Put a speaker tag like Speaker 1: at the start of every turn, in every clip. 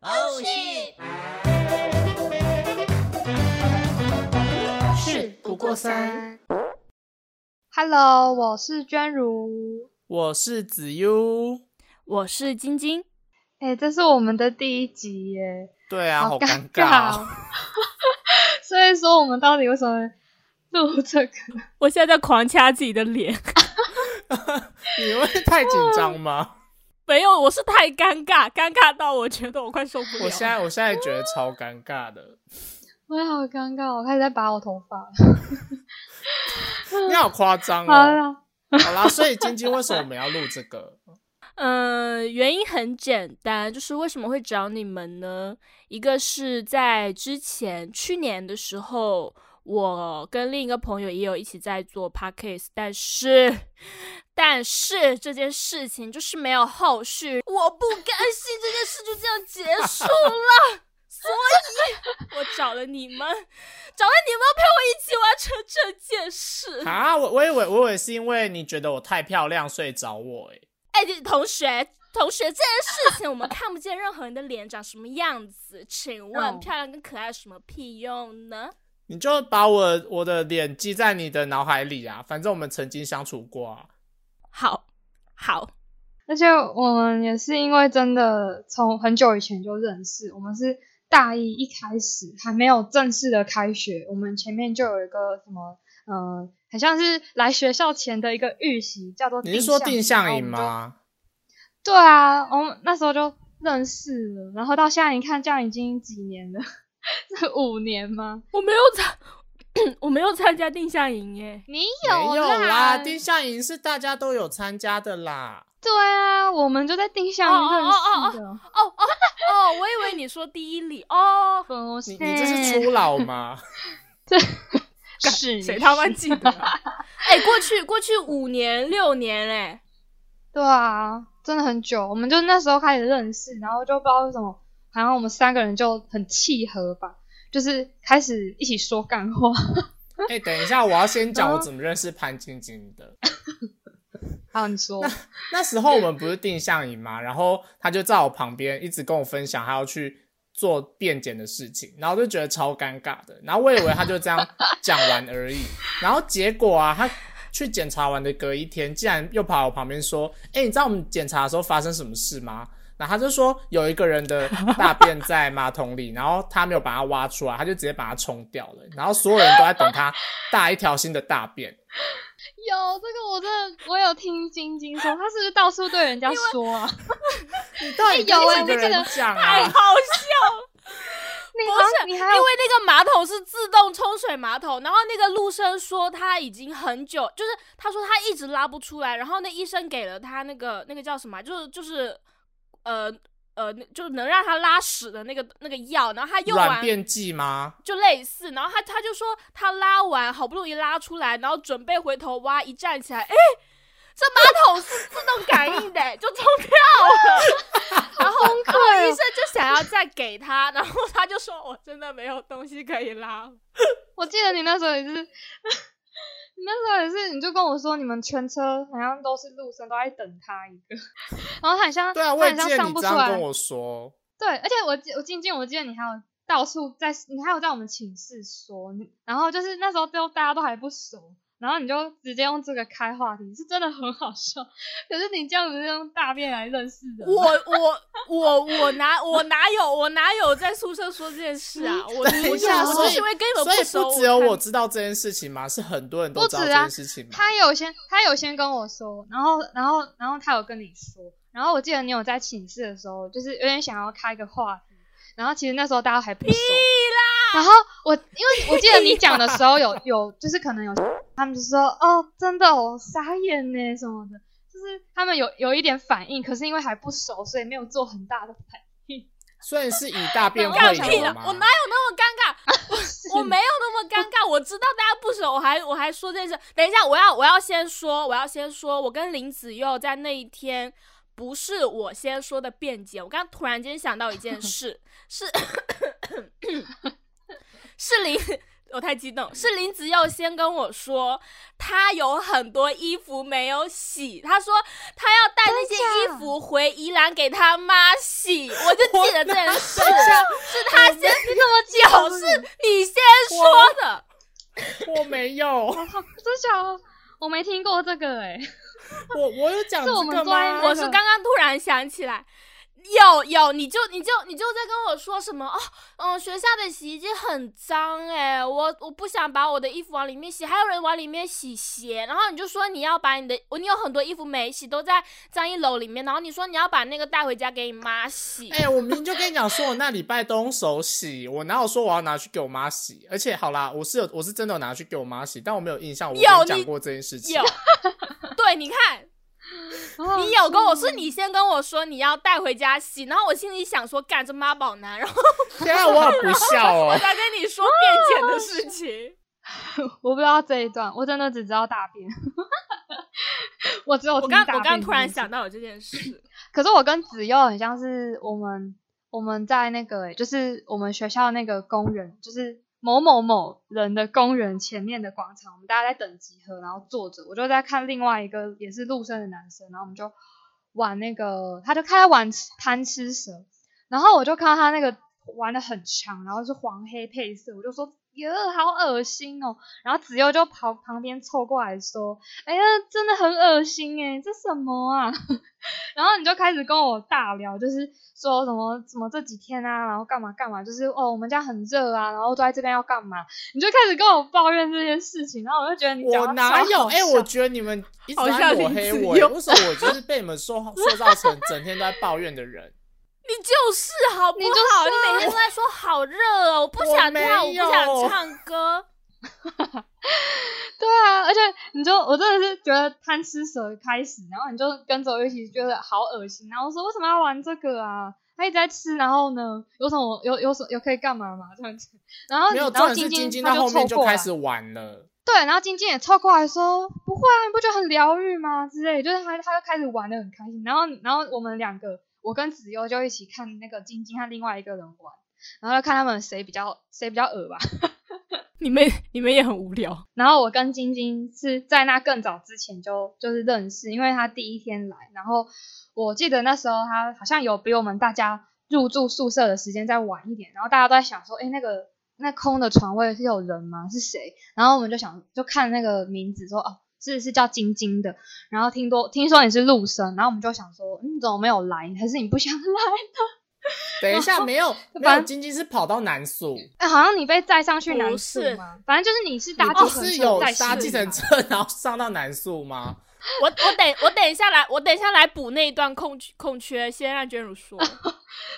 Speaker 1: 故事。事不过三。
Speaker 2: Hello，我是娟如。
Speaker 3: 我是子悠。
Speaker 4: 我是晶晶，
Speaker 2: 哎、这是我们的第一集耶，
Speaker 3: 对啊，好
Speaker 2: 尴
Speaker 3: 尴尬
Speaker 2: 哦
Speaker 3: 哦。
Speaker 2: 所以说我们到底为什么录这个？
Speaker 4: 我现在在狂掐自己的脸，
Speaker 3: 你会太紧张吗？
Speaker 4: 没有，我是太尴尬，尴尬到我觉得我快受不了。
Speaker 3: 我现在我现在觉得超尴尬的。
Speaker 2: 我也好尴尬，哦我开始在拔我头发了。
Speaker 3: 你好夸张
Speaker 2: 好
Speaker 3: 哦！
Speaker 2: 了，
Speaker 3: 好啦，所以晶晶为什么我们要录这个？
Speaker 4: 嗯，原因很简单，就是为什么会找你们呢？一个是在之前去年的时候，我跟另一个朋友也有一起在做 podcast，但是 但是这件事情就是没有后续，我不甘心这件事就这样结束了。所以，我找了你们，找了你们陪我一起完成这件事。
Speaker 3: 啊，我我以为我以为是因为你觉得我太漂亮，所以找我欸诶、
Speaker 4: 哎，你同学，同学，这件事情我们看不见任何人的脸长什么样子，请
Speaker 2: 哦
Speaker 4: 问漂亮跟可爱有什么屁用呢？
Speaker 3: 你就把我我的脸记在你的脑海里啊，反正我们曾经相处过啊。
Speaker 4: 好，好，
Speaker 2: 而且我们也是因为真的从很久以前就认识，我们是大一一开始还没有正式的开学，我们前面就有一个什么，呃，很像是来学校前的一个预习，叫做
Speaker 3: 你是说定向营
Speaker 2: 营吗？
Speaker 3: 吗？
Speaker 2: 对啊，我们那时候就认识了，然后到现在你看，这样已经几年了， 是五年吗？
Speaker 4: 我没有参， 我没有参加定向营耶。
Speaker 2: 你
Speaker 3: 没有啦，
Speaker 2: 啦，
Speaker 3: 定向营是大家都有参加的啦。
Speaker 2: 对啊，我们就在定向营认识的。
Speaker 4: 哦哦哦，我以为你说第一礼哦，
Speaker 2: 不是，
Speaker 3: 你你这是初老吗？
Speaker 2: 是
Speaker 4: 谁他妈记得啊、 哎，过去过去五年六年哎嘞，
Speaker 2: 对啊，真的很久，我们就那时候开始认识，然后就不知道为什么，好像我们三个人就很契合吧，就是开始一起说干话。
Speaker 3: 哎、等一下，我要先讲我怎么认识潘晶晶的。
Speaker 2: 还有你说，
Speaker 3: 那时候我们不是定向营嘛，然后他就在我旁边一直跟我分享他要去做辩检的事情，然后就觉得超尴尬的。然后我以为他就这样讲完而 已，然后结果啊，他去检查完的隔一天，竟然又跑我旁边说：“哎、你知道我们检查的时候发生什么事吗？”然后他就说有一个人的大便在马桶里，然后他没有把它挖出来，他就直接把它冲掉了。然后所有人都在等他大一条新的大 便，
Speaker 2: 有这个我真的我有听晶晶说，她是不是到处对人家说啊？
Speaker 3: 你到底
Speaker 2: 哎有
Speaker 3: 跟
Speaker 2: 哎
Speaker 3: 几个
Speaker 2: 这个
Speaker 3: 人讲啊？
Speaker 4: 太好笑了。
Speaker 2: 你
Speaker 4: 不
Speaker 2: 好像
Speaker 4: 是，
Speaker 2: 啊你
Speaker 4: 因
Speaker 2: 还
Speaker 4: 为
Speaker 2: 有
Speaker 4: 那个马桶是自动冲水马桶，然后那个陆生说他已经很久，就是他说他一直拉不出来，然后那医生给了他那个那个叫什么啊，就是就是呃呃，那就是能让他拉屎的那个那个药，然后他用
Speaker 3: 软
Speaker 4: 完
Speaker 3: 便剂吗？
Speaker 4: 就类似，然后他他就说他拉完好不容易拉出来，然后准备回头挖，一站起来，哎，这马桶是自动感应的，就冲掉了。 然后然
Speaker 2: 哦
Speaker 4: 后医生就想要再给他，然后他就说我真的没有东西可以拉了。
Speaker 2: 我记得你那时候也是， 你那时候也是，你就跟我说你们全车好像都是陆生都在等他一个， 然后他很像，
Speaker 3: 对啊，我
Speaker 2: 他
Speaker 3: 也
Speaker 2: 很像
Speaker 3: 记得
Speaker 2: 上
Speaker 3: 你
Speaker 2: 不
Speaker 3: 这
Speaker 2: 出
Speaker 3: 样
Speaker 2: 来
Speaker 3: 跟。我说，
Speaker 2: 对，而且我记我静静，我记得你还有到处在，你还有在我们寝室说，你然后就是那时候都大家都还不熟。然后你就直接用这个开话题，是真的很好笑。 可是你这样子是用大便来认识人，
Speaker 4: 我我我我哪我哪有我哪有在宿舍说这件事 啊？我我
Speaker 3: 等一
Speaker 4: 就
Speaker 3: 下，
Speaker 4: 我
Speaker 3: 所
Speaker 4: 就
Speaker 3: 以
Speaker 4: 是因为跟你
Speaker 3: 所
Speaker 4: 们
Speaker 3: 以
Speaker 4: 熟，
Speaker 3: 不只有
Speaker 4: 才
Speaker 3: 我知道这件事情吗？是很多人都
Speaker 2: 不
Speaker 3: 知道
Speaker 2: 止
Speaker 3: 这
Speaker 2: 啊
Speaker 3: 件事情吗？
Speaker 2: 他有先他有先跟我说，然后然后然后他有跟你说，然后我记得你有在寝室的时候，就是有点想要开个话题，然后其实那时候大家还不熟。然后我因为我记得你讲的时候有有就是可能有他们就说哦真的哦傻眼呢什么的，就是他们有有一点反应，可是因为还不熟，所以没有做很大的反
Speaker 3: 所以是以大便
Speaker 4: 尴
Speaker 3: 会
Speaker 4: 尬屁
Speaker 3: 友
Speaker 4: 了，
Speaker 3: 吗？
Speaker 4: 我哪有那么尴尬？
Speaker 2: 应。
Speaker 4: 我没 有那么尴尬，我知道大家不熟，我还我还说这件事。等一下，我要我要先说，我要先说，我跟林子佑在那一天不是我先说的辩解，我刚突 然间想到一件事，是是林 我太激动，是林子佑先跟我说，他有很多衣服没有洗，他说他要带那些衣服回宜兰给他妈 洗，我就记得这件事，是他先
Speaker 2: 你怎么
Speaker 4: 表
Speaker 2: 讲？
Speaker 4: 是你先说的，
Speaker 3: 我没有，
Speaker 2: 真假的？我没听过这个哎、
Speaker 3: 我我有讲
Speaker 2: 是我
Speaker 3: 这
Speaker 2: 们
Speaker 3: 个
Speaker 2: 专业
Speaker 3: 吗？
Speaker 2: 的
Speaker 4: 我是刚刚突然想起来。有有，你就你就你就在跟我说什么哦？嗯，学校的洗衣机很脏哎、我我不想把我的衣服往里面洗，还有人往里面洗鞋，然后你就说你要把你的，你有很多衣服没洗都在脏衣篓里面，然后你说你要把那个带回家给你妈洗，
Speaker 3: 哎、我明明就跟你讲说，我那礼拜都用手洗，我哪有说我要拿去给我妈洗？而且好啦，我是有，我是真的有拿去给我妈洗，但我没有印象，我跟
Speaker 4: 有
Speaker 3: 你
Speaker 4: 你
Speaker 3: 讲过这件事情
Speaker 4: 有。，对，你看
Speaker 2: 哦
Speaker 4: 你有跟我是你先跟我说你要带回家洗，然后我心里想说干这妈宝男，然后
Speaker 3: 天啊，我好不孝哦、
Speaker 4: 我 再跟你说变检的事情。
Speaker 2: 我不知道这一段，我真的只知道大便。 我只有
Speaker 4: 我
Speaker 2: 听
Speaker 4: 刚
Speaker 2: 大
Speaker 4: 我
Speaker 2: 便
Speaker 4: 刚突然
Speaker 2: 这件事
Speaker 4: 想，到有这件事，
Speaker 2: 可是我跟子佑很像是我们我们在那个、欸、就是我们学校那个公园，就是某某某人的公园前面的广场，我们大家在等集合，然后坐着，我就在看另外一个也是陆生的男生，然后我们就玩那个，他就开始玩吃贪吃蛇，然后我就看到他那个玩的很强，然后是黄黑配色，我就说。耶，好恶心哦！然后子佑就跑旁边凑过来说：“哎呀，真的很恶心哎，这什么啊？” 然后你就开始跟我大聊，就是说什么什么这几天啊，然后干嘛干嘛，就是哦我们家很热啊，然后都在这边要干嘛，你就开始跟我抱怨这件事情，然后我就觉得你讲
Speaker 3: 我
Speaker 2: 话
Speaker 3: 哪
Speaker 2: 超
Speaker 3: 有？
Speaker 2: 好
Speaker 3: 哎、
Speaker 2: 笑
Speaker 3: 我觉得你们一直
Speaker 4: 好
Speaker 3: 在
Speaker 4: 像
Speaker 3: 抹
Speaker 4: 林
Speaker 3: 黑
Speaker 4: 子
Speaker 3: 我、欸，
Speaker 4: 佑
Speaker 3: 为什么我就是被你们 塑塑造成整天都在抱怨的人？
Speaker 4: 你就是好不
Speaker 2: 你就是
Speaker 4: 好？你每天都在说好热哦，我不
Speaker 3: 我
Speaker 4: 想
Speaker 3: 没
Speaker 4: 跳舞，不想
Speaker 3: 有
Speaker 4: 唱歌。
Speaker 2: 对啊，而且你就我真的是觉得贪吃蛇开始，然后你就跟着我一起觉得好恶心，然后我说为什么要玩这个啊？他一直在吃，然后呢，有什么有有什有可以干嘛嘛这样子，然后
Speaker 3: 没有，
Speaker 2: 然
Speaker 3: 重
Speaker 2: 后
Speaker 3: 点是晶
Speaker 2: 晶
Speaker 3: 晶
Speaker 2: 他
Speaker 3: 到后面
Speaker 2: 凑
Speaker 3: 就
Speaker 2: 过来
Speaker 3: 开始玩了。
Speaker 2: 对，然后晶晶也凑过来说：“不会啊，你不觉得很疗愈吗？”之类的，就是他他就开始玩的很开心。然后然后我们两个，我跟子悠就一起看那个晶晶和另外一个人玩，然后就看他们谁比较谁比较恶吧。
Speaker 4: 你们你们也很无聊，
Speaker 2: 然后我跟晶晶是在那更早之前就就是认识，因为她第一天来，然后我记得那时候她好像有比我们大家入住宿舍的时间再晚一点，然后大家都在想说，哎，那个那空的床位是有人吗？是谁？然后我们就想就看那个名字说，哦，是是叫晶晶的，然后听多听说你是陆生，然后我们就想说，嗯，怎么没有来？还是你不想来？
Speaker 3: 等一下，没有，没
Speaker 2: 反
Speaker 3: 有，
Speaker 2: 正
Speaker 3: 晶晶是跑到南宿，
Speaker 2: 哎，好像你被载上去南
Speaker 4: 不
Speaker 2: 宿
Speaker 4: 是
Speaker 2: 吗？反正就是你是
Speaker 3: 你
Speaker 2: 搭
Speaker 3: 不
Speaker 2: 计程
Speaker 3: 哦是
Speaker 2: 车
Speaker 3: 有
Speaker 2: 载
Speaker 3: 搭
Speaker 2: 去
Speaker 3: 计
Speaker 2: 的
Speaker 3: 程
Speaker 2: 吗
Speaker 3: 车， 然后上到南宿吗？
Speaker 4: 我我等我等一下来，我等一下来补那一段空缺空缺，先让娟如说。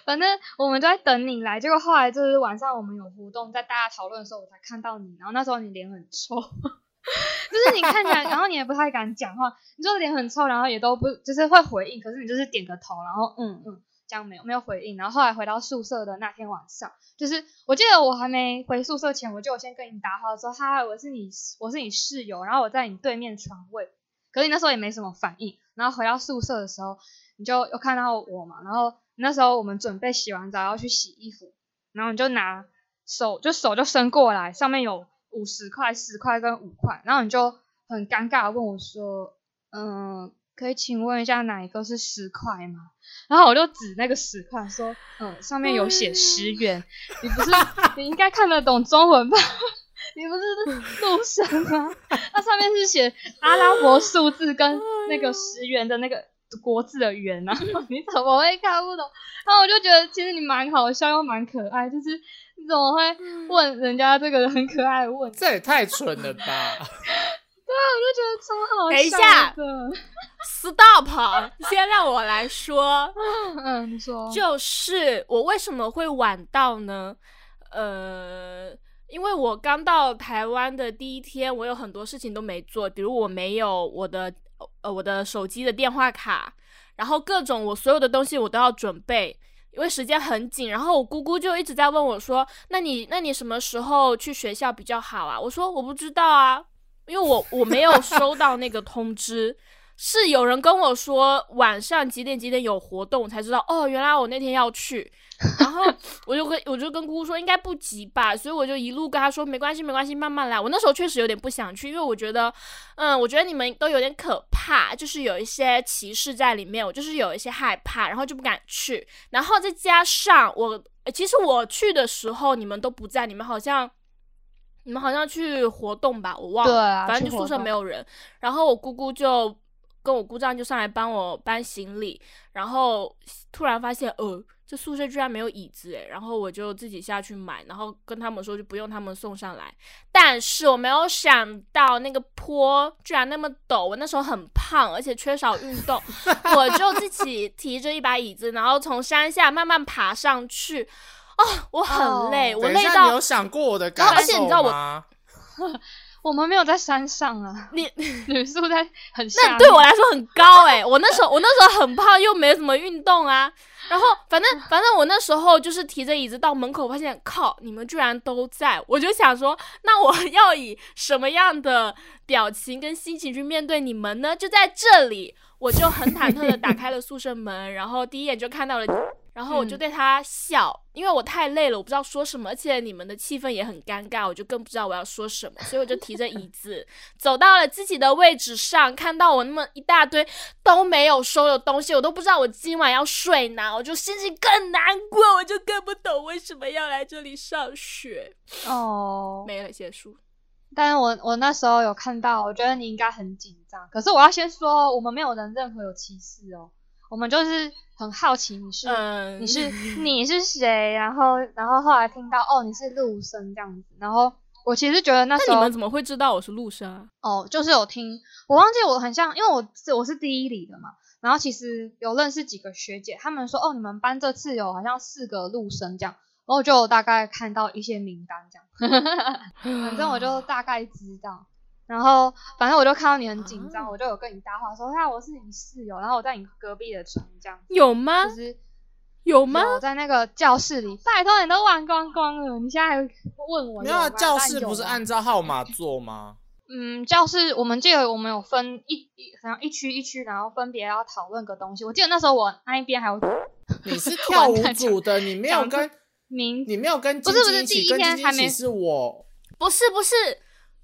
Speaker 2: 反正我们都在等你来，结果后来就是晚上我们有活动，在大家讨论的时候，我才看到你，然后那时候你脸很臭， 就是你看起来，然后你也不太敢讲话，你就脸很臭，然后也都不就是会回应，可是你就是点个头，然后嗯嗯，这样没有没有回应，然后后来回到宿舍的那天晚上，就是我记得我还没回宿舍前，我就有先跟你打好说，嗨，我是你我是你室友，然后我在你对面床位，可是你那时候也没什么反应，然后回到宿舍的时候，你就又看到我嘛，然后那时候我们准备洗完澡要去洗衣服，然后你就拿手就手就伸过来，上面有五十块、十块跟五块，然后你就很尴尬的问我说，嗯，可以请问一下哪一个是十块吗？然后我就指那个十块说，嗯，上面有写十元，你不是你应该看得懂中文吧？你不是陆生 吗？它上面是写阿拉伯数字跟那个十元的那个国字的元啊， 你怎么会看不懂？然后我就觉得其实你蛮好笑又蛮可爱，就是你怎么会
Speaker 4: 嗯
Speaker 2: 问人家这个很可爱的问题？
Speaker 3: 这也太蠢了吧！
Speaker 2: 我
Speaker 4: 等一
Speaker 2: 就觉得超好
Speaker 4: 下
Speaker 2: 笑的。
Speaker 4: Stop，先啊让我来说。
Speaker 2: 嗯，你说
Speaker 4: 就是我为什么会晚到呢？呃，因为我刚到台湾的第一天，我有很多事情都没做，比如我没有我的呃我的手机的电话卡，然后各种我所有的东西我都要准备。因为时间很紧，然后我姑姑就一直在问我说：“那你那你什么时候去学校比较好啊？”我说：“我不知道啊，因为我我没有收到那个通知，是有人跟我说晚上几点几点有活动，我才知道哦，原来我那天要去。然后我就跟我就跟姑姑说应该不急吧，所以我就一路跟她说没关系没关系，慢慢来。我那时候确实有点不想去，因为我觉得，嗯，我觉得你们都有点可怕，就是有一些歧视在里面，我就是有一些害怕，然后就不敢去。然后再加上我，呃其实我去的时候你们都不在，你们好像。你们好像去活动吧，我忘了，
Speaker 2: 对啊
Speaker 4: 反正
Speaker 2: 去
Speaker 4: 就
Speaker 2: 活
Speaker 4: 宿舍
Speaker 2: 动
Speaker 4: 没有人。然后我姑姑就跟我姑丈就上来帮我搬行李，然后突然发现，呃，这宿舍居然没有椅子欸诶，然后我就自己下去买，然后跟他们说就不用他们送上来。但是我没有想到那个坡居然那么陡，我那时候很胖，而且缺少运动，我就自己提着一把椅子，然后从山下慢慢爬上去。哦，我很累
Speaker 2: 哦
Speaker 4: 我
Speaker 3: 等一
Speaker 4: 累
Speaker 3: 下
Speaker 4: 到
Speaker 3: 你有想过我的
Speaker 4: 然后
Speaker 3: 感
Speaker 4: 而且你
Speaker 3: 受
Speaker 4: 知道我
Speaker 3: 吗？
Speaker 2: 我们没有在山上啊，
Speaker 4: 你
Speaker 2: 女宿在很下
Speaker 4: 那
Speaker 2: 面
Speaker 4: 对我来说很高哎、我那时候我那时候很胖，又没怎么运动啊。然后反正反正我那时候就是提着椅子到门口，发现靠，你们居然都在，我就想说，那我要以什么样的表情跟心情去面对你们呢？就在这里，我就很忐忑的 打开了宿舍门，然后第一眼就看到了。然后我就
Speaker 2: 嗯
Speaker 4: 对他笑，因为我太累了，我不知道说什么，而且你们的气氛也很尴尬，我就更不知道我要说什么，所以我就提着椅子走到了自己的位置上，看到我那么一大堆都没有收的东西，我都不知道我今晚要睡哪，我就心情更难过，我就更不懂为什么要来这里上学。
Speaker 2: 哦。
Speaker 4: 没了，结束。
Speaker 2: 但是我我那时候有看到，我觉得你应该很紧张。可是我要先说，我们没有人任何有歧视哦，我们就是很好奇你是、
Speaker 4: 嗯，
Speaker 2: 你是你是谁，然后然后后来听到哦你是陆生这样子，然后我其实觉得那时
Speaker 4: 那你
Speaker 2: 候
Speaker 4: 们怎么会知道我是陆生啊？
Speaker 2: 哦就是有听，我忘记我很像，因为我是我是第一里的嘛，然后其实有认识几个学姐，她们说哦你们班这次有好像四个陆生这样，然后我就大概看到一些名单这样。反
Speaker 4: 反
Speaker 2: 正我就大概知道。然后反正我就看到你很紧张，
Speaker 4: 啊
Speaker 2: 我就有跟你搭话说，啊，我是你室友，然后我在你隔壁的床这样子，
Speaker 4: 有吗
Speaker 2: 就？是
Speaker 4: 有吗？
Speaker 2: 我在那个教室里，拜托你都玩光光了，你现在还问我
Speaker 3: 没有啊，
Speaker 2: 吗
Speaker 3: 教室不是
Speaker 2: 但有
Speaker 3: 按照号码做吗？
Speaker 2: 嗯，教室我们记得我们有分一一然后一区一区，然后分别要讨论个东西。我记得那时候我那一边还有
Speaker 3: 你 是跳舞组的，你没有
Speaker 2: 讲
Speaker 3: 跟
Speaker 2: 名
Speaker 3: 你没有跟
Speaker 2: 不
Speaker 3: 晶
Speaker 2: 是不是
Speaker 3: 晶一起，
Speaker 2: 第一
Speaker 3: 跟晶
Speaker 2: 天
Speaker 3: 晶
Speaker 2: 还
Speaker 3: 一
Speaker 2: 没
Speaker 3: 起是我。
Speaker 4: 不是不是，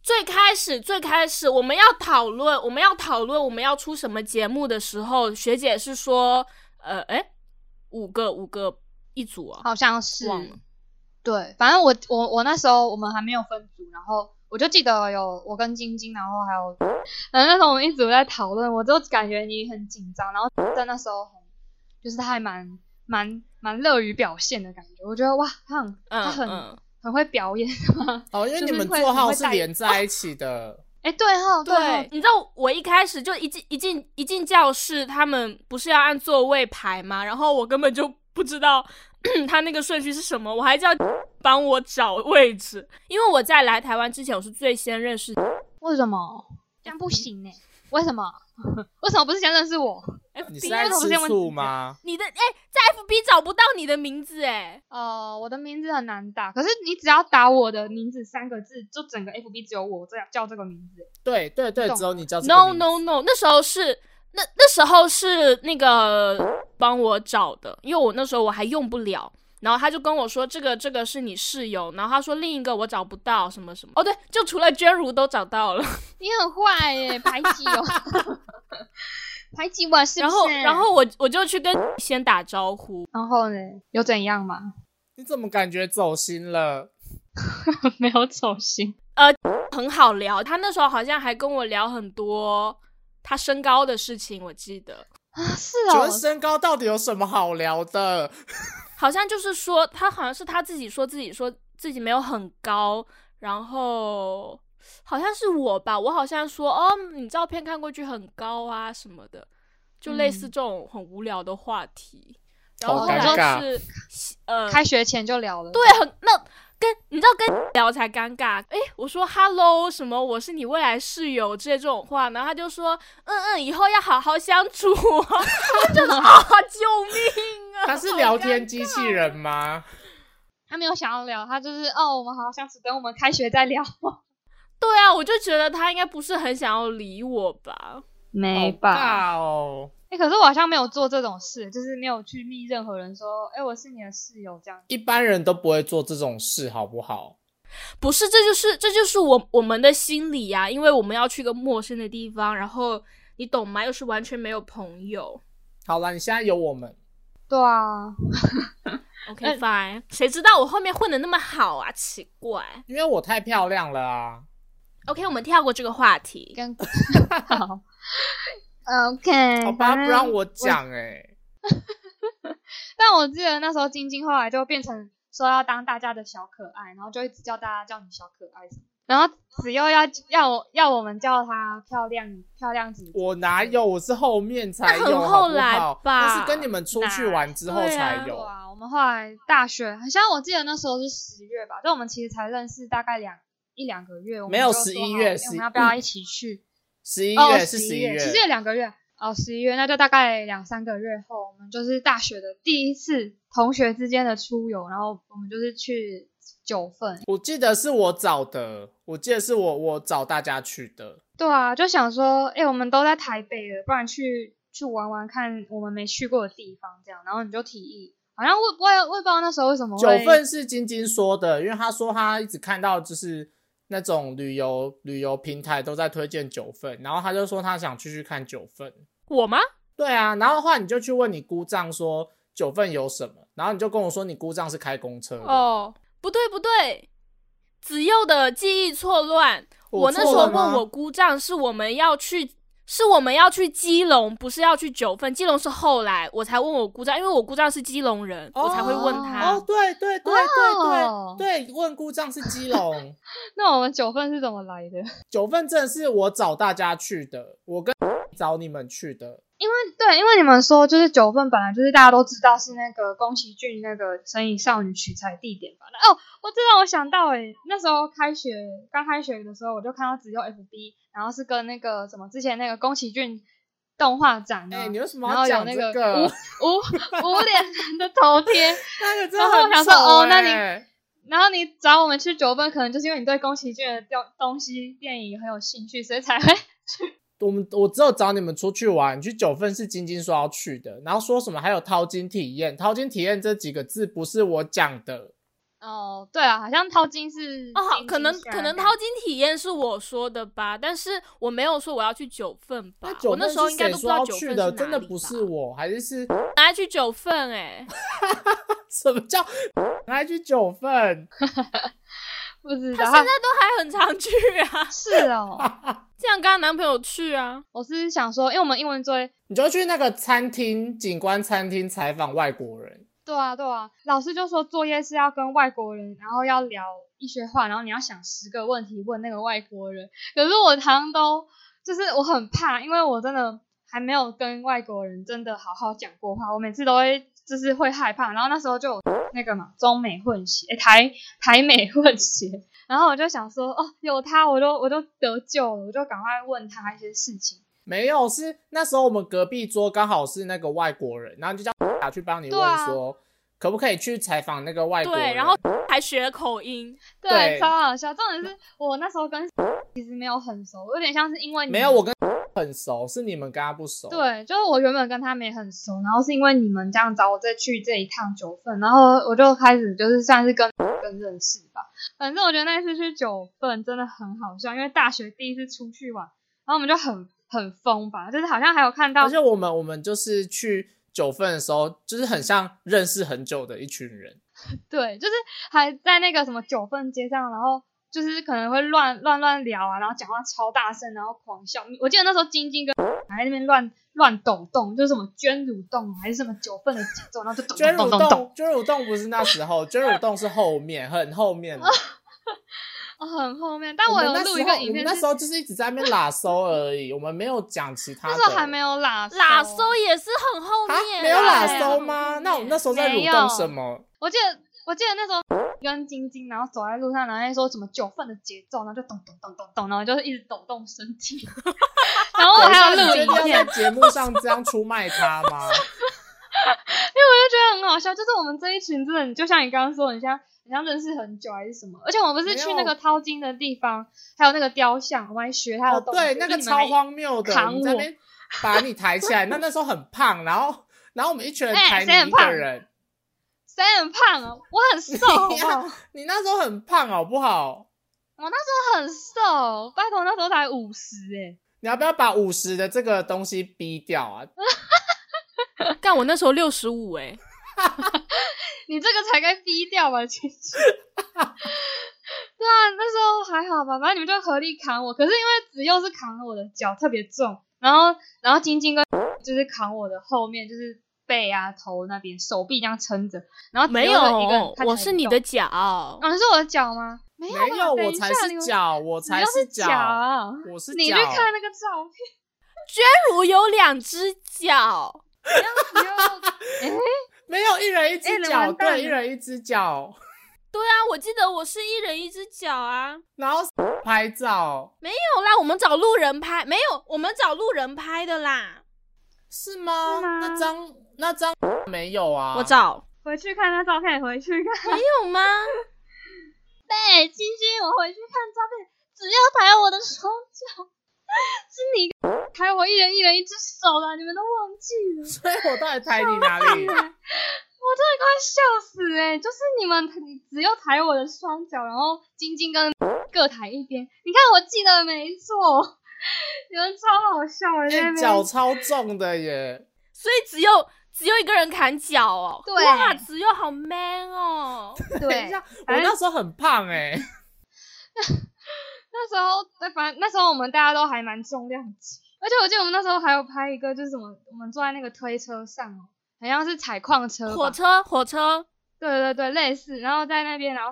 Speaker 4: 最开始最开始我们要讨论，我们要讨论我们要出什么节目的时候，学姐是说，呃，哎，五个五个一组啊，
Speaker 2: 好像是
Speaker 4: 忘了
Speaker 2: 对，反正我我我那时候我们还没有分组，然后我就记得有我跟晶晶，然后还有，然后那时候我们一直在讨论，我就感觉你很紧张，然后在那时候很，就是他还蛮蛮蛮乐于表现的感觉，我觉得哇，他很他
Speaker 4: 嗯
Speaker 2: 很、
Speaker 4: 嗯，
Speaker 2: 很会表演，
Speaker 3: 哦，因为
Speaker 2: 就
Speaker 3: 你
Speaker 2: 是
Speaker 3: 们
Speaker 2: 会
Speaker 3: 座号
Speaker 2: 会
Speaker 3: 是
Speaker 2: 带哦
Speaker 3: 连在一起 的。
Speaker 2: 哎，对哈、哦，哈、
Speaker 4: 啊你知道我一开始就一进一进一进教室，他们不是要按座位排吗？然后我根本就不知道 他那个顺序是什么，我还叫帮我找位置，因为我在来台湾之前，我是最先认识
Speaker 2: 为什么这样不行呢、为什么？ 为什么不是先认识我？
Speaker 3: 你
Speaker 4: FB
Speaker 3: 是在
Speaker 2: 那种
Speaker 3: 吃
Speaker 2: 先问
Speaker 3: 醋吗？
Speaker 4: 你的哎、在 FB 找不到你的名字哎、
Speaker 2: 哦、我的名字很难打，可是你只要打我的名字三个字，就整个 FB 只有我这样叫这个名字。
Speaker 3: 对对对，
Speaker 2: 懂
Speaker 3: 只有你叫这个
Speaker 4: No
Speaker 3: 名
Speaker 4: no no，那时候是那那时候是那个帮我找的，因为我那时候我还用不了。然后他就跟我说，这个这个是你室友，然后他说另一个我找不到什么什么。哦，对，就除了娟如都找到了。
Speaker 2: 你很坏耶、排挤哦，排挤我是不是？
Speaker 4: 然后然后我我就去跟先打招呼，
Speaker 2: 然后呢？有怎样吗？
Speaker 3: 你怎么感觉走心了？
Speaker 2: 没有走心。
Speaker 4: 很好聊。他那时候好像还跟我聊很多他身高的事情，我记得。
Speaker 2: 啊，是
Speaker 3: 请
Speaker 2: 哦
Speaker 3: 问，身高到底有什么好聊的？
Speaker 4: 好像就是说，他好像是他自己说自己说自己没有很高，然后好像是我吧，我好像说哦，你照片看过去很高啊什么的，就类似
Speaker 2: 嗯
Speaker 4: 这种很无聊的话题。然
Speaker 3: 好
Speaker 4: 后后
Speaker 2: 尴
Speaker 4: 来
Speaker 3: 尬
Speaker 4: 是呃，
Speaker 2: 开学前就聊了。
Speaker 4: 对，很那跟你知道跟聊才尴尬。诶，我说 “hello” 什么，我是你未来室友之类这种话，然后他就说“嗯嗯，以后要好好相处哦”， 我就说啊，救命啊！
Speaker 3: 他是
Speaker 4: 好
Speaker 3: 聊
Speaker 4: 尴
Speaker 3: 天机器人吗？
Speaker 2: 他没有想要聊，他就是哦，我们好好相处，等我们开学再聊。
Speaker 4: 对啊，我就觉得他应该不是很想要理我吧。
Speaker 2: 没
Speaker 3: 好
Speaker 2: 吧？
Speaker 3: 尬哦，
Speaker 2: 哎、可是我好像没有做这种事，就是没有去密任何人说，哎、我是你的室友这样。
Speaker 3: 一般人都不会做这种事，好不好？
Speaker 4: 不是，这就是这就是我我们的心理呀、因为我们要去一个陌生的地方，然后你懂吗？又是完全没有朋友。
Speaker 3: 好啦，你现在有我们，
Speaker 2: 对啊，
Speaker 4: OK fine，、谁知道我后面混的那么好啊？奇怪。
Speaker 3: 因为我太漂亮了啊。
Speaker 4: OK，我们跳过这个话题。
Speaker 2: 跟 好，OK，嗯
Speaker 3: 好吧，
Speaker 2: 反正
Speaker 3: 不让我讲哎、
Speaker 2: 但我记得那时候晶晶后来就变成说要当大家的小可爱，然后就一直叫大家叫你小可爱什么，然后子悠要要我要我们叫她漂亮漂亮姐姐。
Speaker 3: 我哪有？我是后面才有，
Speaker 4: 那很
Speaker 3: 好不
Speaker 4: 后来
Speaker 3: 好
Speaker 4: 吧
Speaker 3: 那是跟你们出去玩之后才
Speaker 4: 对
Speaker 3: 有。
Speaker 2: 对啊，我们后来大学，好像我记得那时候是十月吧，就我们其实才认识大概两一两个月，我们
Speaker 3: 没有
Speaker 2: 就说
Speaker 3: 11
Speaker 2: 好
Speaker 3: 月
Speaker 2: 哎我
Speaker 3: 11
Speaker 2: 们要不要一起去？
Speaker 3: 十一、
Speaker 2: 哦，
Speaker 3: 月是
Speaker 2: 11
Speaker 3: 十一
Speaker 2: 月，其实也两个月哦，十一月，那就大概两三个月后，我们就是大学的第一次同学之间的出游，然后我们就是去九份，
Speaker 3: 我记得是我找的，我记得是我我找大家去的。
Speaker 2: 对啊，就想说，哎、我们都在台北了，不然去去玩玩看我们没去过的地方，这样，然后你就提议，好像我我也我也不知道那时候为什么
Speaker 3: 九
Speaker 2: 会
Speaker 3: 份是晶晶说的，因为她说她一直看到就是那种旅游旅游平台都在推荐九份，然后她就说她想去去看九份。
Speaker 4: 我吗？
Speaker 3: 对啊，然后的话你就去问你姑丈说九份有什么，然后你就跟我说你姑丈是开公车的。
Speaker 4: 哦，不对不对，子佑的记忆错乱。
Speaker 3: 我
Speaker 4: 我那时候
Speaker 3: 错了吗
Speaker 4: 问我姑丈，是我们要去，是我们要去基隆，不是要去九份。基隆是后来我才问我姑丈，因为我姑丈是基隆人，我才会问他。
Speaker 3: 哦，对对对
Speaker 2: 哦
Speaker 3: 对对对，问姑丈是基隆，
Speaker 2: 那我们九份是怎么来的？
Speaker 3: 九份真的是我找大家去的，我跟找你们去的。
Speaker 2: 对，因为你们说就是九份本来就是大家都知道是那个宫崎骏那个《神隐少女》取材地点吧？那哦，我这让我想到诶、那时候开学刚开学的时候，我就看到只有 FB，然后是跟那个什么之前那个宫崎骏动画展
Speaker 3: 哎、
Speaker 2: 啊，
Speaker 3: 你为什么
Speaker 2: 然
Speaker 3: 要
Speaker 2: 后有
Speaker 3: 讲
Speaker 2: 那
Speaker 3: 这
Speaker 2: 个
Speaker 3: 个？
Speaker 2: 无无脸男的头贴，
Speaker 3: 那个真
Speaker 2: 然后我
Speaker 3: 的很
Speaker 2: 想
Speaker 3: 丑
Speaker 2: 说哦那你
Speaker 3: 哎、
Speaker 2: 然后你找我们去九份，可能就是因为你对宫崎骏的东东西电影很有兴趣，所以才会
Speaker 3: 我们我只有找你们出去玩，你去九份是晶晶说要去的，然后说什么还有淘金体验，淘金体验这几个字不是我讲的，
Speaker 2: 哦，对啊，好像淘金是
Speaker 4: 哦，好，
Speaker 2: 金
Speaker 4: 可能
Speaker 2: 金
Speaker 4: 可能
Speaker 2: 虾
Speaker 4: 淘金体验是我说的吧，但是我没有说我要去九份吧
Speaker 3: 那。九
Speaker 4: 我那
Speaker 3: 份
Speaker 4: 时候
Speaker 3: 是
Speaker 4: 应该
Speaker 3: 谁
Speaker 4: 都不知
Speaker 3: 说
Speaker 4: 道
Speaker 3: 要
Speaker 4: 九份
Speaker 3: 去
Speaker 4: 是
Speaker 3: 的？
Speaker 4: 哪
Speaker 3: 真的
Speaker 4: 里
Speaker 3: 不
Speaker 4: 吧
Speaker 3: 是我，还是是
Speaker 4: 拿来去九份哎、
Speaker 3: 什么叫还去九份？
Speaker 2: 不知
Speaker 4: 他
Speaker 2: 道
Speaker 4: 现在都还很常去啊，
Speaker 2: 是哦，
Speaker 4: 这样跟她男朋友去啊。
Speaker 2: 我是想说，因为我们英文作业，
Speaker 3: 你就去那个餐厅景观餐厅采访外国人，
Speaker 2: 对啊对啊，老师就说作业是要跟外国人，然后要聊一些话，然后你要想十个问题问那个外国人。可是我常常都就是我很怕，因为我真的还没有跟外国人真的好好讲过话，我每次都会就是会害怕。然后那时候就有那个嘛，中美混血，诶台台美混血。然后我就想说，哦，有他，我就我就得救了，我就赶快问他一些事情。
Speaker 3: 没有，是那时候我们隔壁桌刚好是那个外国人，然后就叫打去帮你
Speaker 2: 对
Speaker 3: 问
Speaker 2: 啊
Speaker 3: 说、可不可以去采访那个外国人。
Speaker 4: 对，然后还学了口音。
Speaker 3: 对
Speaker 2: 对，超好笑。重点是我那时候跟 其实没有很熟，有点像是因为你
Speaker 3: 没有我跟很熟，是你们跟他不熟。，
Speaker 2: 对，就是我原本跟他没很熟，然后是因为你们这样找我再去这一趟九份，然后我就开始就是算是跟跟认识吧。反正我觉得那一次去九份真的很好笑，因为大学第一次出去玩，然后我们就很很疯吧，就是好像还有看到
Speaker 3: 而且我们我们就是去九份的时候，就是很像认识很久的一群 人。
Speaker 2: 对，就是还在那个什么九份街上，然后就是可能会乱乱乱聊啊，然后讲话超大声，然后狂笑。我记得那时候晶晶跟 还在那边乱乱抖动，就是什么捐乳洞啊还是什么九份的节奏，然后就抖
Speaker 3: 捐
Speaker 2: 动
Speaker 3: 乳
Speaker 2: 动动动，
Speaker 3: 洞，捐乳洞不是那时候，捐乳 洞是后面，很后面的。
Speaker 2: 哦，很后面。但
Speaker 3: 我
Speaker 2: 我有
Speaker 3: 们那时
Speaker 2: 录
Speaker 3: 候
Speaker 2: 一个影
Speaker 3: 我们
Speaker 2: 片
Speaker 3: 那
Speaker 2: 是，
Speaker 3: 时候就是一直在那边拉收而已，我们没有讲其他
Speaker 2: 那
Speaker 3: 的。
Speaker 2: 时候还没有拉
Speaker 4: 拉
Speaker 2: 手
Speaker 4: 搜也是很后
Speaker 3: 啊
Speaker 4: 面，
Speaker 3: 没有
Speaker 2: 啦
Speaker 3: 拉
Speaker 4: 对
Speaker 3: 收吗？那我们那时候在
Speaker 2: 啊没
Speaker 3: 蠕
Speaker 2: 有
Speaker 3: 动什么？
Speaker 2: 我记得我记得那时候跟晶晶，然后走在路上，然后在说什么九份的节奏，然后就咚咚咚咚咚，然后就是一直抖动身体。 哦然后我还有录
Speaker 3: 等一下你
Speaker 2: 影
Speaker 3: 觉得要
Speaker 2: 片，
Speaker 3: 在节目上这样出卖他吗？
Speaker 2: 因为我就觉得很好笑，就是我们这一群真的，就像你刚刚说，很像很像认识很久还是什么，而且我们不是去那
Speaker 3: 没有
Speaker 2: 个淘金的地方，还有那个雕像，我们还学他的
Speaker 3: 哦，
Speaker 2: 动作，
Speaker 3: 对，那个
Speaker 2: 你们还
Speaker 3: 超荒谬的，
Speaker 2: 扛
Speaker 3: 你在那
Speaker 2: 我
Speaker 3: 边把你抬起来，那那时候很胖，然后然后我们一群人
Speaker 2: 哎
Speaker 3: 抬
Speaker 2: 谁很
Speaker 3: 你一个
Speaker 2: 胖
Speaker 3: 人，
Speaker 2: 谁很胖啊？我很 瘦，好不好？
Speaker 3: 你那时候很胖好不好？
Speaker 2: 我那时候很瘦，拜托那时候才五十哎，
Speaker 3: 你要不要把五十的这个东西逼掉啊？
Speaker 4: 但我那时候六十五哎，
Speaker 2: 你这个才该逼掉吧，其实。对啊，那时候还好吧，反正你们就合力扛我。可是因为子佑是扛我的脚特别重，然后然后晶晶跟就是扛我的后面，就是背啊头那边，手臂这样撑着。然后子
Speaker 4: 没
Speaker 2: 佑啊就一个人
Speaker 4: 有，
Speaker 2: 他
Speaker 4: 我
Speaker 2: 才
Speaker 4: 是你
Speaker 2: 动
Speaker 4: 的脚，
Speaker 2: 啊，你是我的脚吗？没有吧，啊
Speaker 3: 没有，
Speaker 2: 等
Speaker 3: 我
Speaker 2: 一
Speaker 3: 才
Speaker 2: 下
Speaker 3: 是，脚，我
Speaker 2: 你们
Speaker 3: 才
Speaker 2: 你又是脚
Speaker 3: 脚，
Speaker 2: 啊。
Speaker 3: 我是
Speaker 2: 你去
Speaker 3: 脚。
Speaker 2: 看那个照片，
Speaker 4: 娟如有两只脚，
Speaker 2: 你又
Speaker 3: 没有一人一
Speaker 2: 哎
Speaker 3: 只
Speaker 2: 你
Speaker 3: 脚，
Speaker 2: 完蛋
Speaker 3: 对，一
Speaker 2: 了
Speaker 3: 人一只脚，
Speaker 4: 对啊，我记得我是一人一只脚啊，没
Speaker 3: 然后拍照
Speaker 4: 有啦，我们找路人拍，没有，我们找路人拍的啦，
Speaker 3: 是吗？
Speaker 2: 是吗
Speaker 3: 那张那张没有啊，
Speaker 4: 我找
Speaker 2: 回去看那照片，回去看。
Speaker 4: 没有吗？
Speaker 2: 对，晶晶，我回去看照片，只要抬我的双脚，是你抬我一人一人一只手了，你们都忘记了，
Speaker 3: 所以我到底抬你哪里？
Speaker 2: 啊我真的快笑死哎、就是你们，你只要抬我的双脚，然后晶晶跟各抬一边，你看我记得没错，你们超好笑的，在那
Speaker 3: 哎，
Speaker 2: 边
Speaker 3: 脚超重的耶。
Speaker 4: 所以只有只有一个人砍脚哦，
Speaker 2: 对
Speaker 4: 哇，只有好 man 哦，
Speaker 3: 等一
Speaker 2: 对
Speaker 3: 下，，我
Speaker 2: 反正
Speaker 3: 那时候很胖哎、
Speaker 2: 那时候，那反正那时候我们大家都还蛮重量级，而且我记得我们那时候还有拍一个，就是什么，我们坐在那个推车上哦，好像是采矿车
Speaker 4: 火
Speaker 2: 吧，
Speaker 4: 车火车，
Speaker 2: 对对对，类似，然后在那边，然后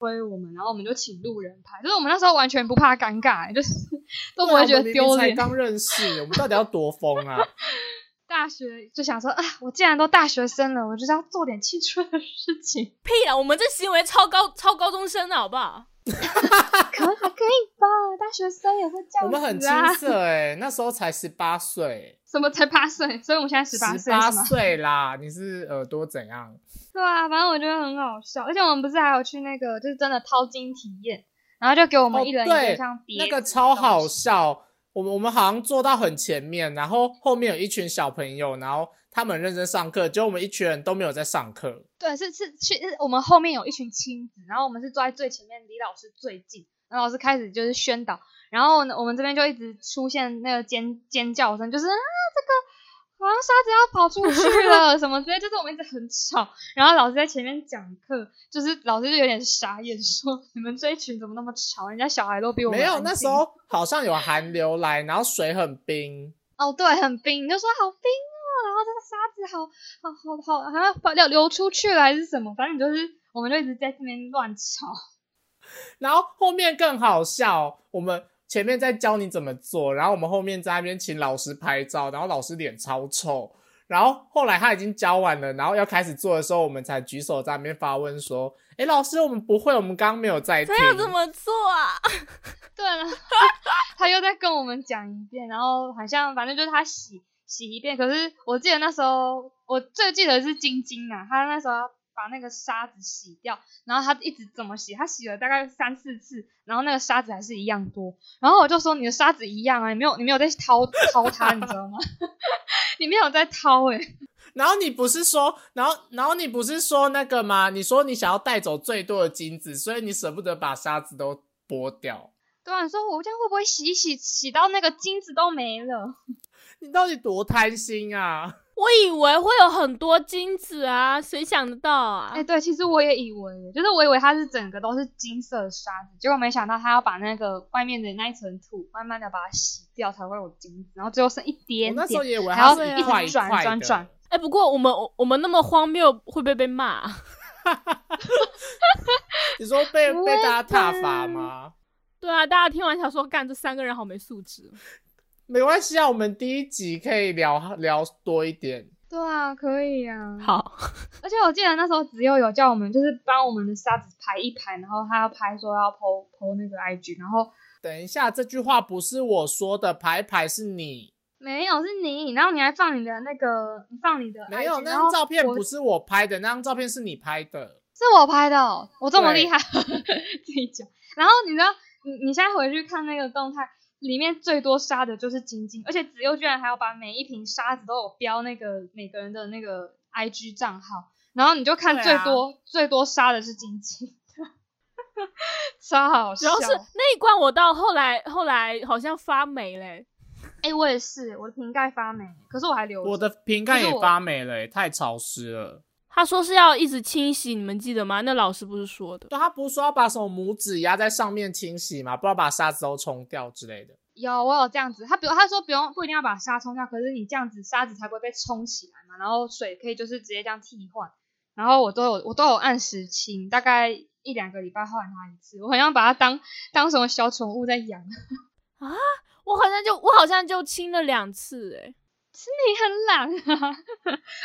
Speaker 2: 推我们，然后我们就请路人拍，就是我们那时候完全不怕尴尬、欸就是 都不
Speaker 3: 对啊
Speaker 2: 会觉
Speaker 3: 我
Speaker 2: 得
Speaker 3: 们明明
Speaker 2: 丢
Speaker 3: 才
Speaker 2: 脸。
Speaker 3: 刚认识，我们到底要多疯 啊？
Speaker 2: 大学就想说啊，我既然都大学生了，我就是要做点青春的事情，
Speaker 4: 屁啊，我们这行为超高超高中生的好不好？
Speaker 2: 可还可以吧？大学生也会这
Speaker 3: 我们
Speaker 2: 样
Speaker 3: 很
Speaker 2: 子
Speaker 3: 青
Speaker 2: 啊，
Speaker 3: 涩哎、那时候才十八岁，
Speaker 2: 什么才八岁，所以我们现在十八
Speaker 3: 十
Speaker 2: 岁
Speaker 3: 八
Speaker 2: 是吗？
Speaker 3: 岁啦，你是耳朵怎样？
Speaker 2: 对啊，反正我觉得很好笑，而且我们不是还有去那个就是真的掏金体验，然后就给我
Speaker 3: 哦
Speaker 2: 们一人一
Speaker 3: 对
Speaker 2: 个像碟、
Speaker 3: 那个超好
Speaker 2: 笑，
Speaker 3: 笑。我们我们好像坐到很前面，然后后面有一群小朋友，然后他们很认真上课，结果我们一群人都没有在上课。
Speaker 2: 对，是是去是我们后面有一群亲子，然后我们是坐在最前面，离老师最近，然后老师开始就是宣导，然后呢我们这边就一直出现那个尖尖叫声，就是啊这个好像沙子要跑出 去了什么之类，就是我们一直很吵，然后老师在前面讲课，就是老师就有点傻眼说你们这一群怎么那么吵，人家小孩都比我们
Speaker 3: 没有，
Speaker 2: 安
Speaker 3: 那时
Speaker 2: 静
Speaker 3: 候好像有寒流来，然后水很冰，
Speaker 2: 哦，对，很冰，你就说好冰哦，然后这个沙子好好好好，好像把流流出去了还是什么，反正你就是，我们就一直在这边乱吵。
Speaker 3: 然后后面更好笑，我们前面在教你怎么做，然后我们后面在那边请老师拍照，然后老师脸超臭。然后后来他已经教完了，然后要开始做的时候，我们才举手在那边发问说：“诶，老师，我们不会，我们刚刚没有在听
Speaker 4: 这。要怎么做啊？
Speaker 2: 对了， 他又再跟我们讲一遍，然后好像反正就是他洗洗一遍，可是我记得那时候我最记得是晶晶啊，她那时候把那个沙子洗掉，然后她一直怎么洗，她洗了大概三四次，然后那个沙子还是一样多，然后我就说你的沙子一样啊，你没有你没有在掏掏它，你知道吗？ 你没有在掏哎、
Speaker 3: 然后你不是说，然后然后你不是说那个吗？你说你想要带走最多的金子，所以你舍不得把沙子都剥掉。
Speaker 2: 对啊，你说我这样会不会洗一洗洗到那个金子都没了？
Speaker 3: 你到底多贪心啊！
Speaker 4: 我以为会有很多金子啊，谁想得到啊？
Speaker 2: 哎、对，其实我也以为，就是我以为它是整个都是金色的沙子，结果没想到它要把那个外面的那一层土慢慢的把它洗掉，才会有金子，然后最后剩一
Speaker 3: 我
Speaker 2: 点
Speaker 3: 那时候
Speaker 2: 点。
Speaker 3: 也以为
Speaker 2: 还
Speaker 3: 它
Speaker 2: 要
Speaker 3: 是
Speaker 4: 一
Speaker 3: 一
Speaker 4: 直
Speaker 3: 块一
Speaker 2: 转
Speaker 3: 块
Speaker 2: 转
Speaker 3: 的
Speaker 2: 转
Speaker 4: 哎、不过我们我我们那么荒谬，会不会被骂？啊
Speaker 3: 你说被
Speaker 2: 不
Speaker 3: 被
Speaker 2: 会
Speaker 3: 大家
Speaker 2: 吧
Speaker 3: 挞伐吗？
Speaker 4: 对啊，大家听完想说，干这三个人好没素质。哦
Speaker 3: 没关系啊，我们第一集可以聊聊多一点。
Speaker 2: 对啊，可以啊。
Speaker 4: 好，
Speaker 2: 而且我记得那时候子佑有叫我们，就是帮我们的沙子排一排，然后他要拍说要 PO PO 那个 IG，然后
Speaker 3: 等一下，这句话不是我说的，排排是你。
Speaker 2: 没有是你，然后你还放你的那个，你放你的 IG,
Speaker 3: 没有，那
Speaker 2: 然后
Speaker 3: 张照片
Speaker 2: 我
Speaker 3: 不是我拍的，那张照片是你拍的。
Speaker 2: 是我拍的哦、我这么
Speaker 3: 对
Speaker 2: 厉害， 自己讲。然后你知道，你你现在回去看那个动态，里面最多杀的就是晶晶，而且子悠居然还要把每一瓶沙子都有标那个每个人的那个 IG 账号，然后你就看
Speaker 3: 对
Speaker 2: 最
Speaker 3: 啊
Speaker 2: 多、最多杀的是晶晶， 超好
Speaker 4: 主
Speaker 2: 笑
Speaker 4: 要。是那一罐，我到后来后来好像发霉嘞。
Speaker 2: 哎、我也是，我的瓶盖发霉，可是我还留着。
Speaker 3: 我的瓶盖
Speaker 2: 可
Speaker 3: 也
Speaker 2: 是我
Speaker 3: 发霉了耶、欸太潮湿了。
Speaker 4: 他说是要一直清洗，你们记得吗？那老师不是说的？
Speaker 3: 对，他不是说要把什么拇指压在上面清洗嘛，不要把沙子都冲掉之类的。
Speaker 2: 有，我有这样子。他比如他说不用不一定要把沙冲掉，可是你这样子沙子才不会被冲起来嘛，然后水可以就是直接这样替换。然后我都有我都有按时清，大概一两个礼拜换它一次。我好像把它当当什么小宠物 在养。你
Speaker 4: 我好像就我好像就清了两次哎、
Speaker 2: 很懒啊，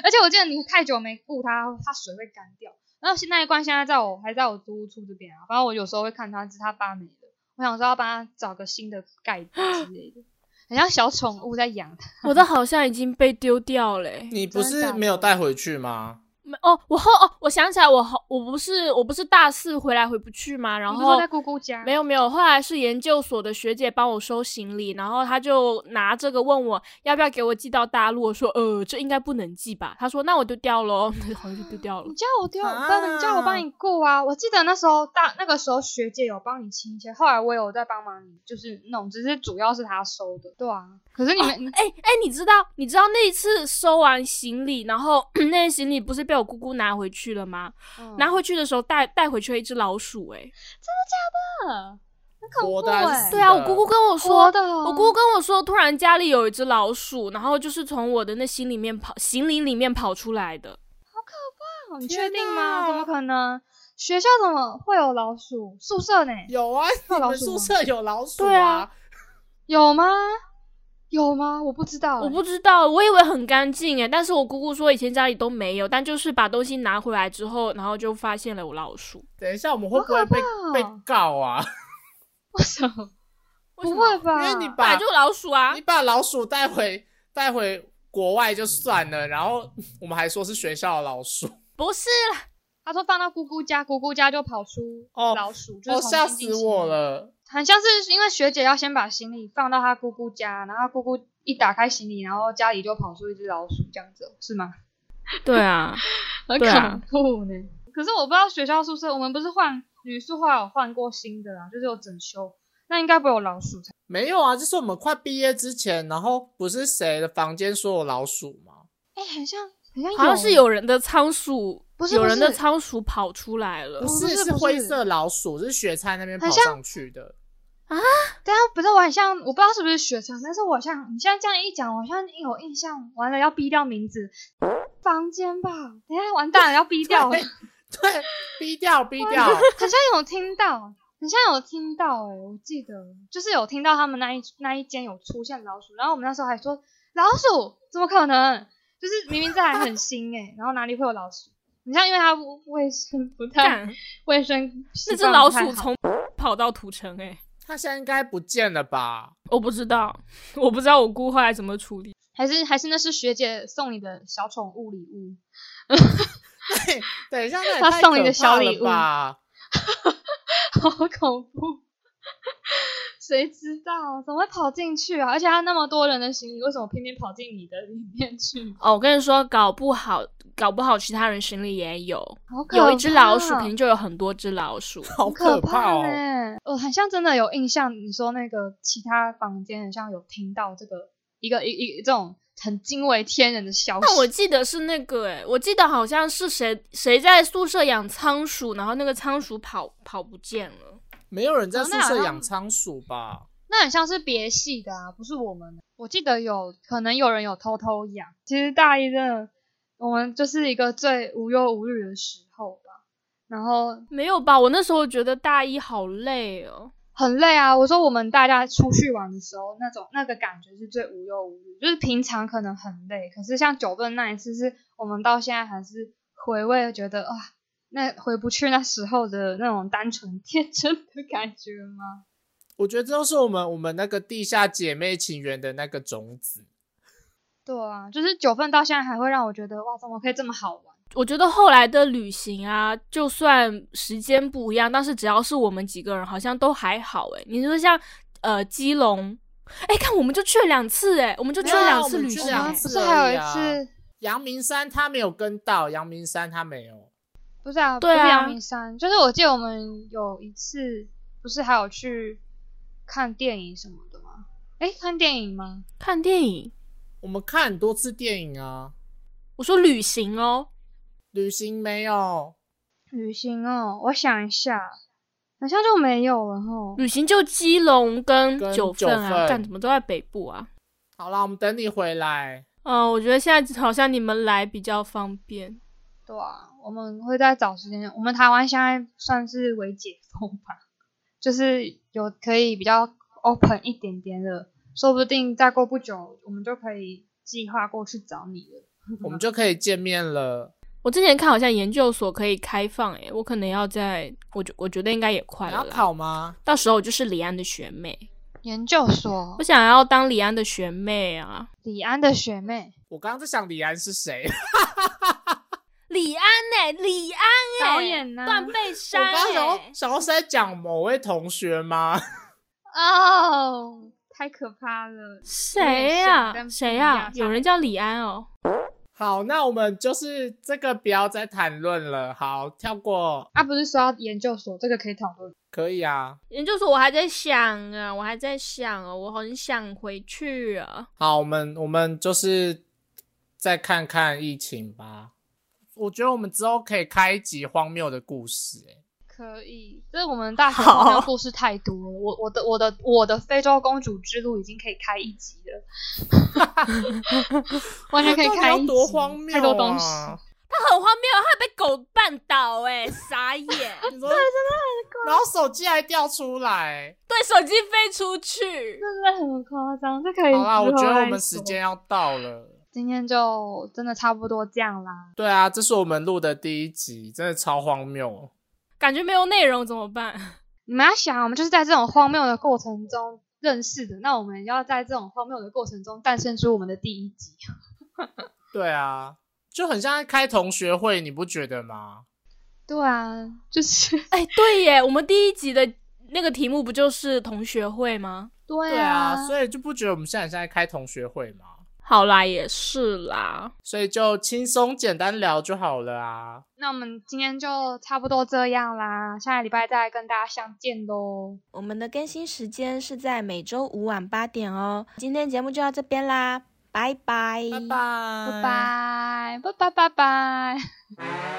Speaker 2: 而且我记得你太久没顾它，它水会干掉。然后现那一罐现在在我还在我租屋处这边啊，反正我有时候会看它，只是它发霉了。我想说要帮它找个新的盖子之类的，很像小宠物在养它。
Speaker 4: 我的好像已经被丢掉嘞、
Speaker 3: 你不
Speaker 2: 真的假
Speaker 3: 是
Speaker 2: 的
Speaker 3: 没有带回去吗？
Speaker 4: 没哦，我后哦，我想起来，我后我不是我不是大四回来回不去吗？然
Speaker 2: 你不是说
Speaker 4: 后
Speaker 2: 在姑姑家
Speaker 4: 没有没有，后来是研究所的学姐帮我收行李，然后她就拿这个问我要不要给我寄到大陆，我说呃这应该不能寄吧，她说那我丢掉喽， 好像就丢掉了
Speaker 2: 你。叫我丢，
Speaker 3: 啊
Speaker 2: 不然你叫我帮你顾啊！我记得那时候大那个时候学姐有帮你清一些，后来我有在帮忙你，就是弄，只是主要是她收的。对啊，可
Speaker 3: 哦
Speaker 2: 是你们、
Speaker 4: 哎哎，你知道你知道那一次收完行李，然后 那些行李不是被我姑姑拿回去了吗？
Speaker 2: 嗯
Speaker 4: 拿回去的时候带带回去了一只老鼠、哎，
Speaker 2: 嗯很恐
Speaker 3: 活
Speaker 2: 怖
Speaker 3: 的还是
Speaker 2: 哎、
Speaker 3: 死
Speaker 4: 对啊，我姑姑跟我说
Speaker 2: 活的哦，
Speaker 4: 我姑姑跟我说，突然家里有一只老鼠，然后就是从我的那行里面跑，行李里面跑出来的。
Speaker 2: 哦你
Speaker 3: 天
Speaker 2: 确定吗？
Speaker 3: 哪
Speaker 2: 怎么可能？学校怎么会有老鼠？宿舍呢？
Speaker 3: 有啊，你
Speaker 2: 有老
Speaker 3: 们
Speaker 2: 鼠吗
Speaker 3: 宿舍有老鼠
Speaker 4: 对啊，
Speaker 2: 有吗？有吗？我不知道、欸
Speaker 4: 我不知道，我以为很干净诶，欸但是我姑姑说以前家里都没有，但就是把东西拿回来之后，然后就发现了有老鼠。
Speaker 3: 等一下我们会不会被
Speaker 2: 好可怕
Speaker 3: 被
Speaker 2: 哦
Speaker 3: 告啊？
Speaker 2: 为什么？
Speaker 4: 为
Speaker 2: 不
Speaker 4: 什
Speaker 2: 会
Speaker 4: 么，
Speaker 2: 吧？
Speaker 3: 因为你
Speaker 4: 本
Speaker 3: 把
Speaker 4: 来就老鼠啊
Speaker 3: 你！把老鼠带回带回国外就算了，然后我们还说是学校的老 鼠，哦
Speaker 4: 不是啦，
Speaker 2: 他说放到姑姑家，姑姑家就跑出
Speaker 3: 哦
Speaker 2: 老鼠，就
Speaker 3: 哦
Speaker 2: 是从
Speaker 3: 吓
Speaker 2: 新
Speaker 3: 死
Speaker 2: 进行
Speaker 3: 我
Speaker 2: 的
Speaker 3: 了。
Speaker 2: 很像是因为学姐要先把行李放到她姑姑家，然后她姑姑一打开行李，然后家里就跑出一只老鼠，这样子哦是吗？
Speaker 4: 对啊，
Speaker 2: 很
Speaker 4: 对啊
Speaker 2: 恐怖呢、可是我不知道学校宿舍，我们不是换女宿后来有换过新的啊，就是有整修，那应该不会有老鼠才。
Speaker 3: 没有啊，就是我们快毕业之前，然后不是谁的房间说有老鼠吗？
Speaker 2: 哎、很像，很像欸
Speaker 4: 好像是有人的仓鼠，
Speaker 2: 不是
Speaker 4: 有人的
Speaker 2: 不是
Speaker 4: 仓鼠跑出来了
Speaker 3: 不。
Speaker 2: 不是
Speaker 3: 是，是
Speaker 2: 哦不是
Speaker 3: 灰色老鼠，是雪菜那边跑
Speaker 2: 很像
Speaker 3: 上去的。
Speaker 2: 但不是我很像，我不知道是不是学长，但是我好像你现在这样一讲，我好像有印象。完了要逼掉名字，房间吧？等一下完蛋了，要逼掉了。
Speaker 3: 对，逼掉逼掉，
Speaker 2: 好像有听到，好像有听到、欸，哎，我记得就是有听到他们那一那一间有出现老鼠，然后我们那时候还说老鼠怎么可能？就是明明这还很新哎、欸 然后哪里会有老鼠？你像因为它卫生不太
Speaker 4: 干，
Speaker 2: 卫生习
Speaker 4: 那只
Speaker 2: 惯
Speaker 4: 老
Speaker 2: 不太好，
Speaker 4: 鼠从跑到土城欸诶，
Speaker 3: 它现在应该不见了吧？
Speaker 4: 我不知道，我不知道我姑后来怎么处理。
Speaker 2: 还是还是那是学姐送你的小宠物礼物，
Speaker 3: 对，等一下，那也
Speaker 2: 它
Speaker 3: 太
Speaker 2: 送
Speaker 3: 可
Speaker 2: 你个小
Speaker 3: 怕
Speaker 2: 礼
Speaker 3: 了
Speaker 2: 物
Speaker 3: 吧？
Speaker 2: 好恐怖。 谁知道怎么会跑进去啊？而且它那么多人的行李，为什么偏偏跑进你的里面去？
Speaker 4: 哦，我跟你说，搞不好，搞不好其他人行李也有，
Speaker 2: 好可
Speaker 4: 有一只老鼠，
Speaker 2: 怕啊
Speaker 4: 肯定就有很多只老鼠。
Speaker 3: 好
Speaker 2: 可欸
Speaker 3: 怕
Speaker 2: 呢、
Speaker 3: 哦！
Speaker 2: 我很像真的有印象，你说那个其他房间很像有听到这个一个一一这种很惊为天人的消息。
Speaker 4: 但我记得是那个、欸，我记得好像是谁谁在宿舍养仓鼠，然后那个仓鼠跑跑不见了。
Speaker 3: 没有人在
Speaker 2: 哦
Speaker 3: 宿
Speaker 2: 那好
Speaker 3: 舍
Speaker 2: 像
Speaker 3: 养仓鼠吧？
Speaker 2: 那很像是别系的啊，不是我们的。我记得有可能有人有偷偷养。其实大一真的，我们就是一个最无忧无虑的时候吧。然后
Speaker 4: 没有吧？我那时候觉得大一好累哦。
Speaker 2: 很累啊！我说我们大家出去玩的时候，那种那个感觉是最无忧无虑，就是平常可能很累，可是像九份那一次，是我们到现在还是回味，觉得哇，啊那回不去那时候的那种单纯天真的感觉吗？
Speaker 3: 我觉得这都是我们我们那个地下姐妹情缘的那个种子。
Speaker 2: 对啊，就是九份到现在还会让我觉得哇，怎么可以这么好玩？
Speaker 4: 我觉得后来的旅行啊，就算时间不一样，但是只要是我们几个人，好像都还好诶、你说像呃基隆，哎，看我们就去了两次诶、我们就去了两次旅
Speaker 3: 就
Speaker 4: 行
Speaker 3: 没有我
Speaker 4: 欸、
Speaker 3: 们
Speaker 2: 不
Speaker 3: 去两次
Speaker 2: 是还有
Speaker 3: 而已
Speaker 2: 一
Speaker 3: 啊
Speaker 2: 次，
Speaker 3: 阳明山他没有跟到，阳明山他没有。
Speaker 2: 不是啊，
Speaker 4: 对啊
Speaker 2: 不是阳明山，就是我记得我们有一次不是还有去看电影什么的吗？哎，看电影吗？
Speaker 4: 看电影。
Speaker 3: 我们看很多次电影啊，
Speaker 4: 我说旅行哦，
Speaker 3: 旅行没有，
Speaker 2: 旅行哦，我想一下，好像就没有了吼。
Speaker 4: 旅行就基隆跟
Speaker 3: 跟
Speaker 4: 九份啊，
Speaker 3: 九份
Speaker 4: 干怎么都在北部啊？
Speaker 3: 好啦，我们等你回来。
Speaker 4: 嗯、我觉得现在好像你们来比较方便。
Speaker 2: 对啊，我们会再找时间。我们台湾现在算是微解封吧，就是有可以比较 open 一点点的，说不定再过不久我们就可以计划过去找你了。
Speaker 3: 我们就可以见面了。
Speaker 4: 我之前看好像研究所可以开放、诶，我可能要在，我觉我觉得应该也 快
Speaker 3: 你
Speaker 4: 了
Speaker 3: 要
Speaker 4: 啦。
Speaker 3: 考吗？
Speaker 4: 到时候我就是李安的学妹，
Speaker 2: 研究所
Speaker 4: 我想要当李安的学妹啊。
Speaker 2: 李安的学妹，
Speaker 3: 我刚刚在想李安是谁，
Speaker 4: 李安呢、李安欸
Speaker 2: 导演呢、
Speaker 4: 断背
Speaker 3: 我
Speaker 4: 山、
Speaker 3: 刚刚想
Speaker 4: 欸
Speaker 3: 说，，想说是在讲某位同学吗？
Speaker 2: 哦，太可怕了！
Speaker 4: 谁
Speaker 2: 有点像但
Speaker 4: 呀？
Speaker 2: 不
Speaker 4: 谁
Speaker 2: 一
Speaker 4: 呀
Speaker 2: 样？
Speaker 4: 有人叫李安哦。
Speaker 3: 好，那我们就是这个不要再谈论了，好，跳过，
Speaker 2: 啊，不是说要研究所，这个可以讨论。
Speaker 3: 可以啊。
Speaker 4: 研究所我还在想啊，我还在想哦，我很想回去啊。
Speaker 3: 好，我们我们就是再看看疫情吧。我觉得我们之后可以开一集荒谬的故事、欸，
Speaker 2: 可以，这我们大学
Speaker 4: 好
Speaker 2: 荒谬故事太多了。我我的我的我的非洲公主之路已经可以开一集 了，完全可以开
Speaker 3: 到
Speaker 2: 一
Speaker 3: 底要
Speaker 2: 集，
Speaker 3: 多荒谬、啊！
Speaker 2: 太多东西。
Speaker 4: 他很荒谬，他被狗绊倒哎、傻眼，
Speaker 3: 你说然后手机还掉出来。
Speaker 4: 对手机飞出去。
Speaker 2: 真的很夸张，这可以。
Speaker 3: 好啦，我觉得我们时间要到了。
Speaker 2: 今天就真的差不多这样啦。
Speaker 3: 对啊，这是我们录的第一集，真的超荒谬。哦
Speaker 4: 感觉没有内容怎么办？
Speaker 2: 你们要啊想，我们就是在这种荒谬的过程中认识的，那我们要在这种荒谬的过程中诞生出我们的第一集。
Speaker 3: 对啊，就很像在开同学会，你不觉得吗？
Speaker 2: 对啊，就 是
Speaker 4: 哎、对耶，我们第一集的那个题目不就是同学会吗？
Speaker 2: 对
Speaker 3: 对
Speaker 2: 啊，
Speaker 3: 啊，所以就不觉得我们现在现在开同学会吗？
Speaker 4: 好啦，也是啦，
Speaker 3: 所以就轻松简单聊就好了啊。
Speaker 2: 那我们今天就差不多这样啦，下个礼拜再跟大家相见喽。
Speaker 1: 我们的更新时间是在每周五晚八点哦。今天节目就到这边啦，拜拜，
Speaker 3: 拜拜，
Speaker 2: 拜拜，拜拜拜拜。